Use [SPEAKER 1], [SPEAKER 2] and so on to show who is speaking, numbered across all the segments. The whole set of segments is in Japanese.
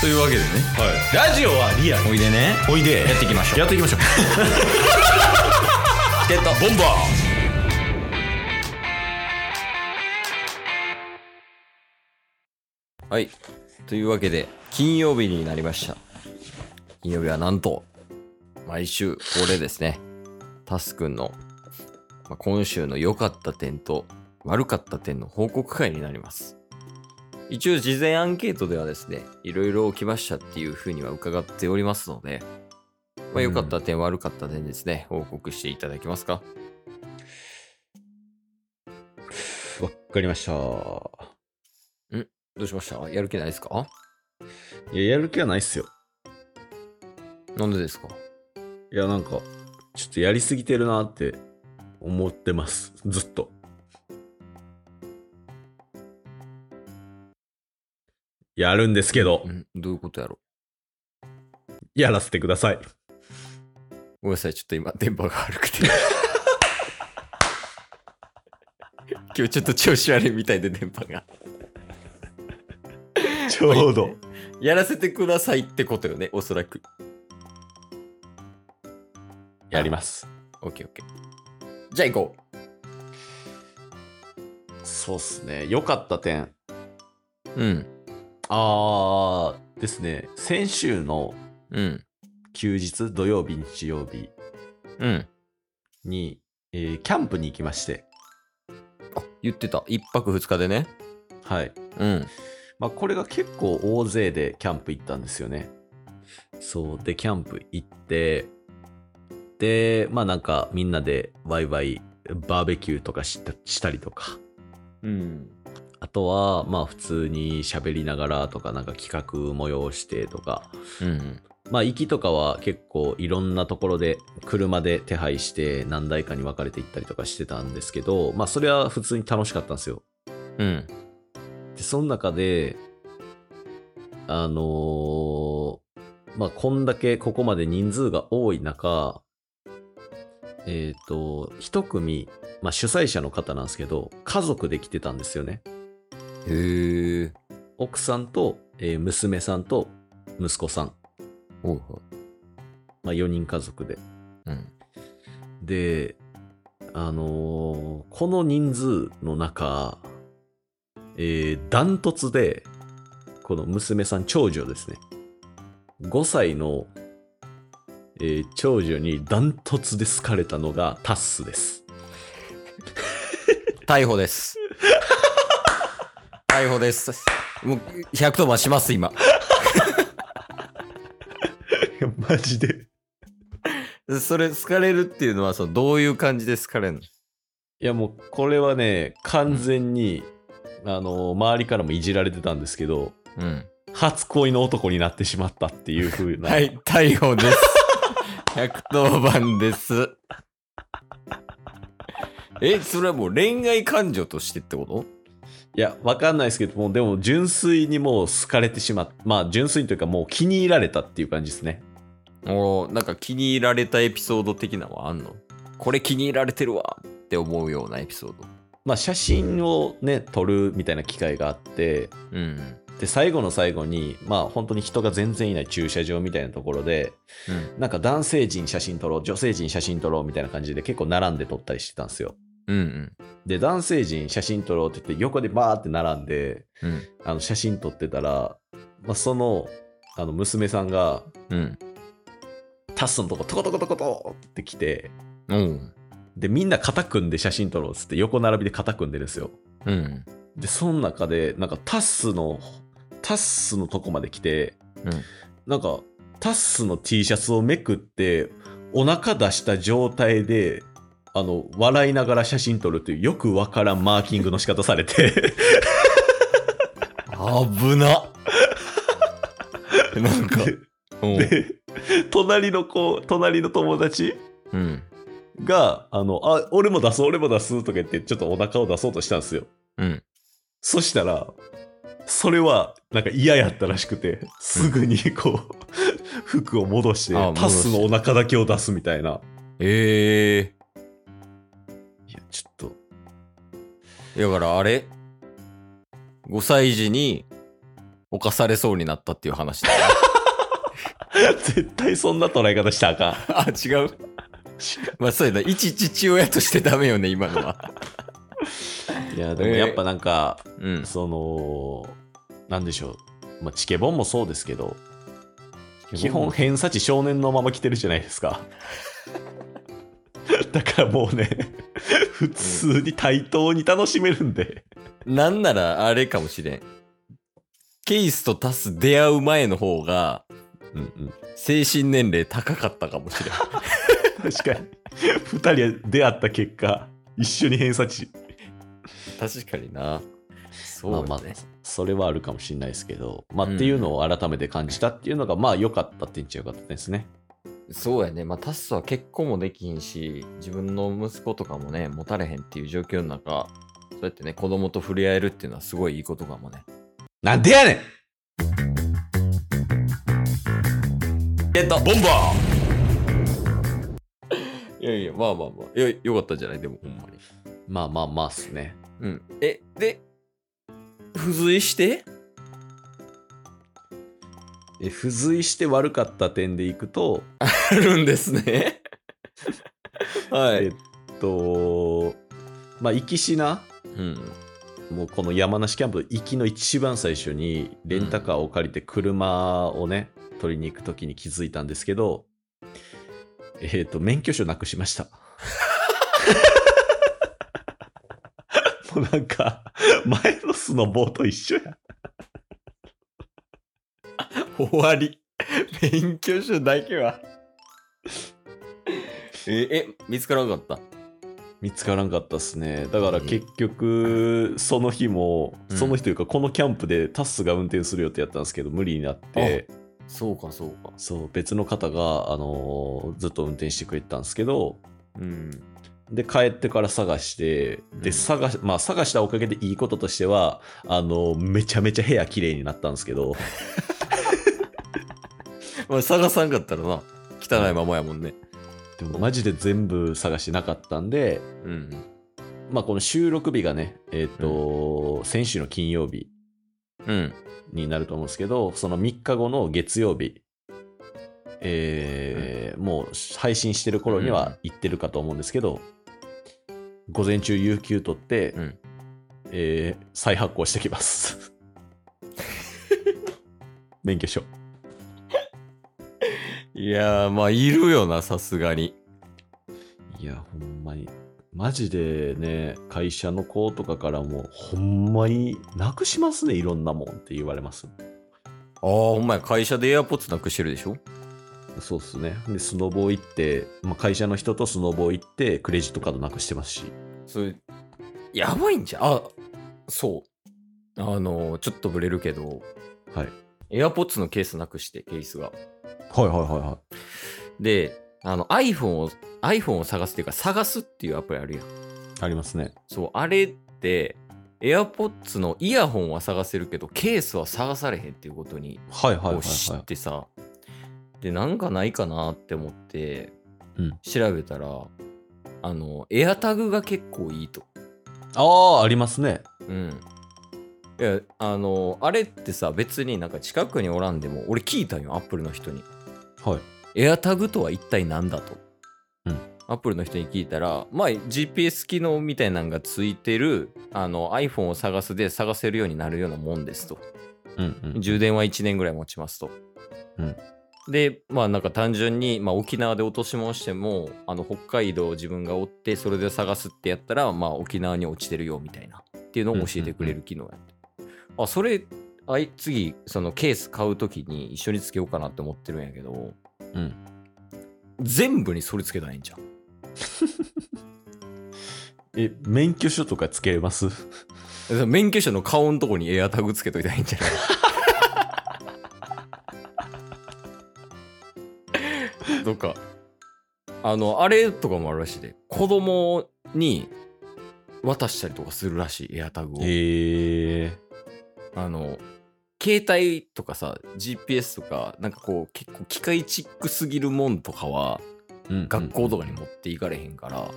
[SPEAKER 1] というわけでね
[SPEAKER 2] ラジオはリアル
[SPEAKER 1] おいでね
[SPEAKER 2] おいで
[SPEAKER 1] やっていきましょう
[SPEAKER 2] やってい きましょう
[SPEAKER 1] チケットボンバーはいというわけで金曜日になりました金曜日はなんと毎週恒例ですねタスくんの、まあ、今週の良かった点と悪かった点の報告会になります一応事前アンケートではですねいろいろ起きましたっていうふうには伺っておりますのでまあ、良かった点、悪かった点ですね。報告していただけますか
[SPEAKER 2] わかりました
[SPEAKER 1] どうしましたやる気ないですか
[SPEAKER 2] いややる気はないっすよ
[SPEAKER 1] なんでですか
[SPEAKER 2] いやなんかちょっとやりすぎてるなって思ってますずっとやるんですけど
[SPEAKER 1] うん、どういうことやろ
[SPEAKER 2] やらせてください
[SPEAKER 1] ごめんなさい、ちょっと今、電波が悪くて。今日ちょっと調子悪いみたいで、電波が。
[SPEAKER 2] ちょうど
[SPEAKER 1] やらせてくださいってことよね、おそらく。
[SPEAKER 2] やります
[SPEAKER 1] オッケーオッケー。じゃあ行こ
[SPEAKER 2] そうっすね良かった点
[SPEAKER 1] う。うん。
[SPEAKER 2] あーですね先週の
[SPEAKER 1] うん。
[SPEAKER 2] 休日土曜日日曜日
[SPEAKER 1] うん。
[SPEAKER 2] に、えーキャンプに行きまして
[SPEAKER 1] あ、言ってた。一泊二日でね。
[SPEAKER 2] はい、
[SPEAKER 1] うん。
[SPEAKER 2] まあ、これが結構大勢でキャンプ行ったんですよねそうでキャンプ行ってでまあなんかみんなでワイワイバーベキューとかしたしたりとか
[SPEAKER 1] うん。
[SPEAKER 2] あとはまあ普通に喋りながらとかなんか企画催してとか
[SPEAKER 1] うん。
[SPEAKER 2] まあ行きとかは結構いろんなところで車で手配して何台かに分かれて行ったりとかしてたんですけどまあそれは普通に楽しかったんですよ
[SPEAKER 1] うん。
[SPEAKER 2] でその中であのーまあこんだけここまで人数が多い中えっ、と一組、まあ、主催者の方なんですけど家族で来てたんですよね
[SPEAKER 1] へえ。
[SPEAKER 2] 奥さんと、えー娘さんと息子さん、
[SPEAKER 1] おうおう。
[SPEAKER 2] まあ、4人家族で
[SPEAKER 1] うん。
[SPEAKER 2] であのーこの人数の中えーダントツでこの娘さん長女ですね5歳の、えー長女にダントツで好かれたのがタッスです
[SPEAKER 1] 逮捕です。 逮捕です。もう、110番します、今。
[SPEAKER 2] マジで
[SPEAKER 1] それ、好かれるっていうのは、そのどういう感じで好かれるの
[SPEAKER 2] いやもうこれはね完全に、あのー周りからもいじられてたんですけど
[SPEAKER 1] うん。
[SPEAKER 2] 初恋の男になってしまったっていう風 な、
[SPEAKER 1] はい、逮捕 です。110番です。 え、それはもう恋愛感情としてってこと
[SPEAKER 2] いや、わかんないですけども、でも純粋にもう好かれてしまった。まあ純粋にというかもう気に入られたっていう感じですね。
[SPEAKER 1] おーなんか気に入られたエピソード的なのはあんのこれ気に入られてるわって思うようなエピソード。
[SPEAKER 2] まあ写真をね、撮るみたいな機会があって、
[SPEAKER 1] うん。
[SPEAKER 2] で、最後の最後に、まあ本当に人が全然いない駐車場みたいなところで、
[SPEAKER 1] うん。
[SPEAKER 2] なんか男性陣写真撮ろう、女性陣写真撮ろうみたいな感じで結構並んで撮ったりしてたんですよ。
[SPEAKER 1] うん
[SPEAKER 2] で、男性陣写真撮ろうって言って横でバーって並んで、
[SPEAKER 1] うん。うん。
[SPEAKER 2] あの写真撮ってたら、まあその、あの娘さんが、
[SPEAKER 1] うん。
[SPEAKER 2] タスのとこトコトコトコトって来て、
[SPEAKER 1] うん。
[SPEAKER 2] で、みんな肩組んで写真撮ろうっつって横並びで肩組んでるんですよ。
[SPEAKER 1] うん。
[SPEAKER 2] で、その中で、なんかタッスの、タッスのとこまで来て、
[SPEAKER 1] うん
[SPEAKER 2] なんかタッスの T シャツをめくって、お腹出した状態で、あの、笑いながら写真撮るっていうよくわからんマーキングの仕方されて、
[SPEAKER 1] 危ななんか、うん
[SPEAKER 2] で、隣の子、隣の友達
[SPEAKER 1] うん。
[SPEAKER 2] が、あの、あ、俺も出そう、俺も出すとか言って、ちょっとお腹を出そうとしたんですよ。
[SPEAKER 1] うん。
[SPEAKER 2] そしたら、それはなんか嫌やったらしくて、すぐにこう、服を戻して、
[SPEAKER 1] あ戻
[SPEAKER 2] タ
[SPEAKER 1] して
[SPEAKER 2] スのお腹だけを出すみたいな。
[SPEAKER 1] ええ
[SPEAKER 2] いや、ちょっと、
[SPEAKER 1] だからあれ ?5 歳児に犯されそうになったっていう話だ
[SPEAKER 2] 絶対そんな捉え方したらあかん。
[SPEAKER 1] あ、違う。まあそうだ、一父親としてダメよね、今のは。
[SPEAKER 2] いや、でも
[SPEAKER 1] えー
[SPEAKER 2] やっぱなんか、
[SPEAKER 1] うん。
[SPEAKER 2] その、なんでしょう。まあ、チケボンもそうですけど、基本偏差値少年のまま来てるじゃないですか。 だからもうね、普通に対等に楽しめるんで。
[SPEAKER 1] なんならあれかもしれん。ケイスとタス出会う前の方が、
[SPEAKER 2] うんうん。
[SPEAKER 1] 精神年齢高かったかもし れん。
[SPEAKER 2] 確かに。二人出会った結果、一緒に偏差値。
[SPEAKER 1] 確かにな。そう
[SPEAKER 2] まあ
[SPEAKER 1] よね。
[SPEAKER 2] まあ、それはあるかもしれないですけど、まあ、
[SPEAKER 1] うん
[SPEAKER 2] っていうのを改めて感じたっていうのが、まあ、良かったって言っちゃ良かったですね。
[SPEAKER 1] そうやね。まあ、タスは結婚もできひんし、自分の息子とかもね、持たれへんっていう状況の中、そうやってね、子供と触れ合えるっていうのはすごいいいことかもね。
[SPEAKER 2] なんでやねん
[SPEAKER 1] えっと、ボンバーいやいや、まあまあまあ。いや、よかったんじゃないでも、ほんまに。
[SPEAKER 2] まあまあまあっすね。
[SPEAKER 1] うん。え、で、付随して
[SPEAKER 2] え付随して悪かった点でいくと、
[SPEAKER 1] あるんです ね。は
[SPEAKER 2] えっ
[SPEAKER 1] い。
[SPEAKER 2] と、まあ、行きしな、
[SPEAKER 1] うん。
[SPEAKER 2] もうこの山梨キャンプ、行きの一番最初に、レンタカーを借りて車をね、取りに行くときに気づいたんですけど、えっと、免許証なくしました。もうなんか、前のスノボーと一緒や。
[SPEAKER 1] 終わり。勉強書だけは。え、え、見つからなかった。
[SPEAKER 2] 見つからんかったっすねだから結局その日も、
[SPEAKER 1] うん
[SPEAKER 2] その日というかこのキャンプでタッスが運転するよってやったんですけど無理になって
[SPEAKER 1] そうか、そうか。
[SPEAKER 2] そう別の方が、あのーずっと運転してくれてたんですけど
[SPEAKER 1] うん。
[SPEAKER 2] で帰ってから探して
[SPEAKER 1] うん
[SPEAKER 2] で探し、まあ、探したおかげでいいこととしてはあのーめちゃめちゃ部屋綺麗になったんですけど
[SPEAKER 1] まあ、探さんかったらな、汚いままやもんね。
[SPEAKER 2] でもマジで全部探してなかったんで、
[SPEAKER 1] うん。
[SPEAKER 2] まあ、この収録日がねえっ、と、先週の金曜日
[SPEAKER 1] うん。
[SPEAKER 2] になると思うんですけど、その3日後の月曜日、えーもう配信してる頃には行ってるかと思うんですけど、午前中、有給取って、
[SPEAKER 1] うん
[SPEAKER 2] えー再発行してき ます。免許証。
[SPEAKER 1] いやー、まあ、いるよな、さすがに。
[SPEAKER 2] いや、ほんまに。マジでね、会社の子とかからも、ほんまになくしますね、いろんなもんって言われます。
[SPEAKER 1] ああ、ほんまや、会社でエアポッツなくしてるでしょ
[SPEAKER 2] そうっすね。で、スノボー行って、まあ、会社の人とスノボー行って、クレジットカードなくしてますし。
[SPEAKER 1] それ、やばいんじゃん。あ、そう。あのー、ちょっとブレるけど、
[SPEAKER 2] はい。
[SPEAKER 1] エアポッツのケースなくして、ケースが。
[SPEAKER 2] はいはいはいは
[SPEAKER 1] で、あの iPhone を、iPhone を探すっていうか、探すっていうアプリあるやん。
[SPEAKER 2] い。ありますね。
[SPEAKER 1] そう、あれって、AirPods のイヤホンは探せるけど、ケースは探されへんっていうことに、
[SPEAKER 2] はいはいはい、
[SPEAKER 1] こう知
[SPEAKER 2] は
[SPEAKER 1] ってさ、で、なんかないかなって思って
[SPEAKER 2] うん、
[SPEAKER 1] 調べたら、あの、AirTag が結構いいと。
[SPEAKER 2] い。ああ、ありますね。
[SPEAKER 1] うん。いや、あの、あれってさ、別になんか近くにおらんでも、俺聞いたんよ、Apple の人に。
[SPEAKER 2] はい。
[SPEAKER 1] エアタグとは一体何だと、
[SPEAKER 2] うん
[SPEAKER 1] アップルの人に聞いたら、まあ、GPS 機能みたいなのがついてるあの iPhone を探すで探せるようになるようなもんですと
[SPEAKER 2] うんうん。
[SPEAKER 1] 充電は1年ぐらい持ちますと、
[SPEAKER 2] うん
[SPEAKER 1] でまあなんか単純に、まあ、沖縄で落とし物してもあの北海道を自分が追ってそれで探すってやったら、まあ、沖縄に落ちてるよみたいなっていうのを教えてくれる機能やって、あそれあい次そのケース買う時に一緒につけようかなって思ってるんやけど、
[SPEAKER 2] うん
[SPEAKER 1] 全部にそれつけたらいいんじゃん。
[SPEAKER 2] え、免許証とかつけます
[SPEAKER 1] その免許証の顔のとこにエアタグつけといたらいいんじゃない とか、あの、あれとかもあるらしいで、子供に渡したりとかするらしい、エアタグを。
[SPEAKER 2] ええ
[SPEAKER 1] あの、携帯とかさ、GPS とか、なんかこう、結構機械チックすぎるもんとかは、
[SPEAKER 2] うんうん
[SPEAKER 1] 学校とかに持っていかれへんから、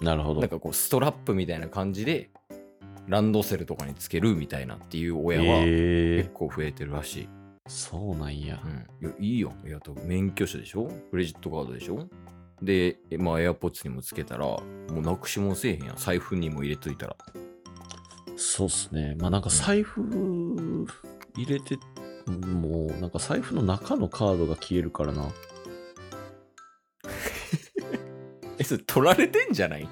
[SPEAKER 2] なるほど。
[SPEAKER 1] なんかこうストラップみたいな感じでランドセルとかにつけるみたいなっていう親は
[SPEAKER 2] え
[SPEAKER 1] 結構増えてるらしい。
[SPEAKER 2] ー、そうなんや。
[SPEAKER 1] うん、いやいいよ。いや、と免許証でしょクレジットカードでしょで、えまあ、AirPods にもつけたら、もうなくしもせえへんやん。財布にも入れといたら。
[SPEAKER 2] そうっすね。まあなんか財布入れて、もうなんか財布の中のカードが消えるからな。
[SPEAKER 1] え、それ取られてんじゃない
[SPEAKER 2] わ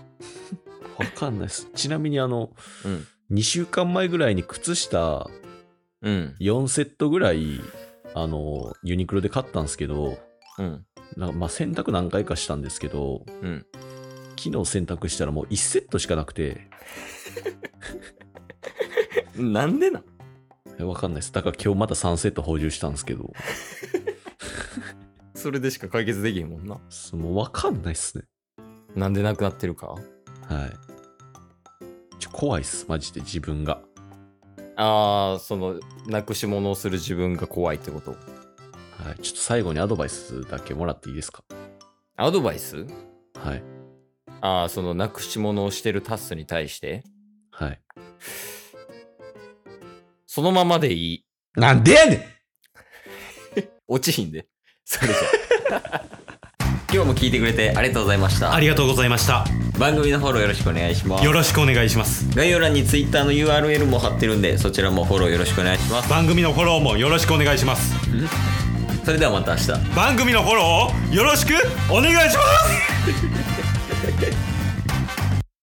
[SPEAKER 2] かんないです。ちなみにあの、
[SPEAKER 1] うん。
[SPEAKER 2] 2週間前ぐらいに靴下
[SPEAKER 1] うん。
[SPEAKER 2] 4セットぐらい、あの、ユニクロで買ったんですけど、
[SPEAKER 1] うん。
[SPEAKER 2] なんかまあ洗濯何回かしたんですけど、
[SPEAKER 1] うん。
[SPEAKER 2] 昨日洗濯したらもう1セットしかなくて、
[SPEAKER 1] なんでなん
[SPEAKER 2] えわかんないです。だから今日また3セット補充したんですけど、
[SPEAKER 1] それでしか解決できへんもんな。
[SPEAKER 2] すもうわかんないっすね。
[SPEAKER 1] なんでなくなってるか
[SPEAKER 2] はい。ちょ怖いっす、マジで自分が。
[SPEAKER 1] ああ、その、なくし物をする自分が怖いってこと。
[SPEAKER 2] はい、ちょっと最後にアドバイスだけもらっていいですか
[SPEAKER 1] アドバイス
[SPEAKER 2] はい。
[SPEAKER 1] ああ、その、なくし物をしてるタスに対して、
[SPEAKER 2] はい。
[SPEAKER 1] そのままでいい。
[SPEAKER 2] なんでやねん
[SPEAKER 1] 落ちひんで。それじゃ。 今日も聞いてくれてありがとうございました
[SPEAKER 3] あ。りがとうございました。
[SPEAKER 1] 番組のフォローよろしくお願いします
[SPEAKER 3] よ。ろしくお願いします。
[SPEAKER 1] 概要欄に Twitter の URL も貼ってるんで、そちらもフォローよろしくお願いします。
[SPEAKER 3] 番組のフォローもよろしくお願いします。
[SPEAKER 1] それではまた明日。
[SPEAKER 3] 番組のフォローをよろしくお願いします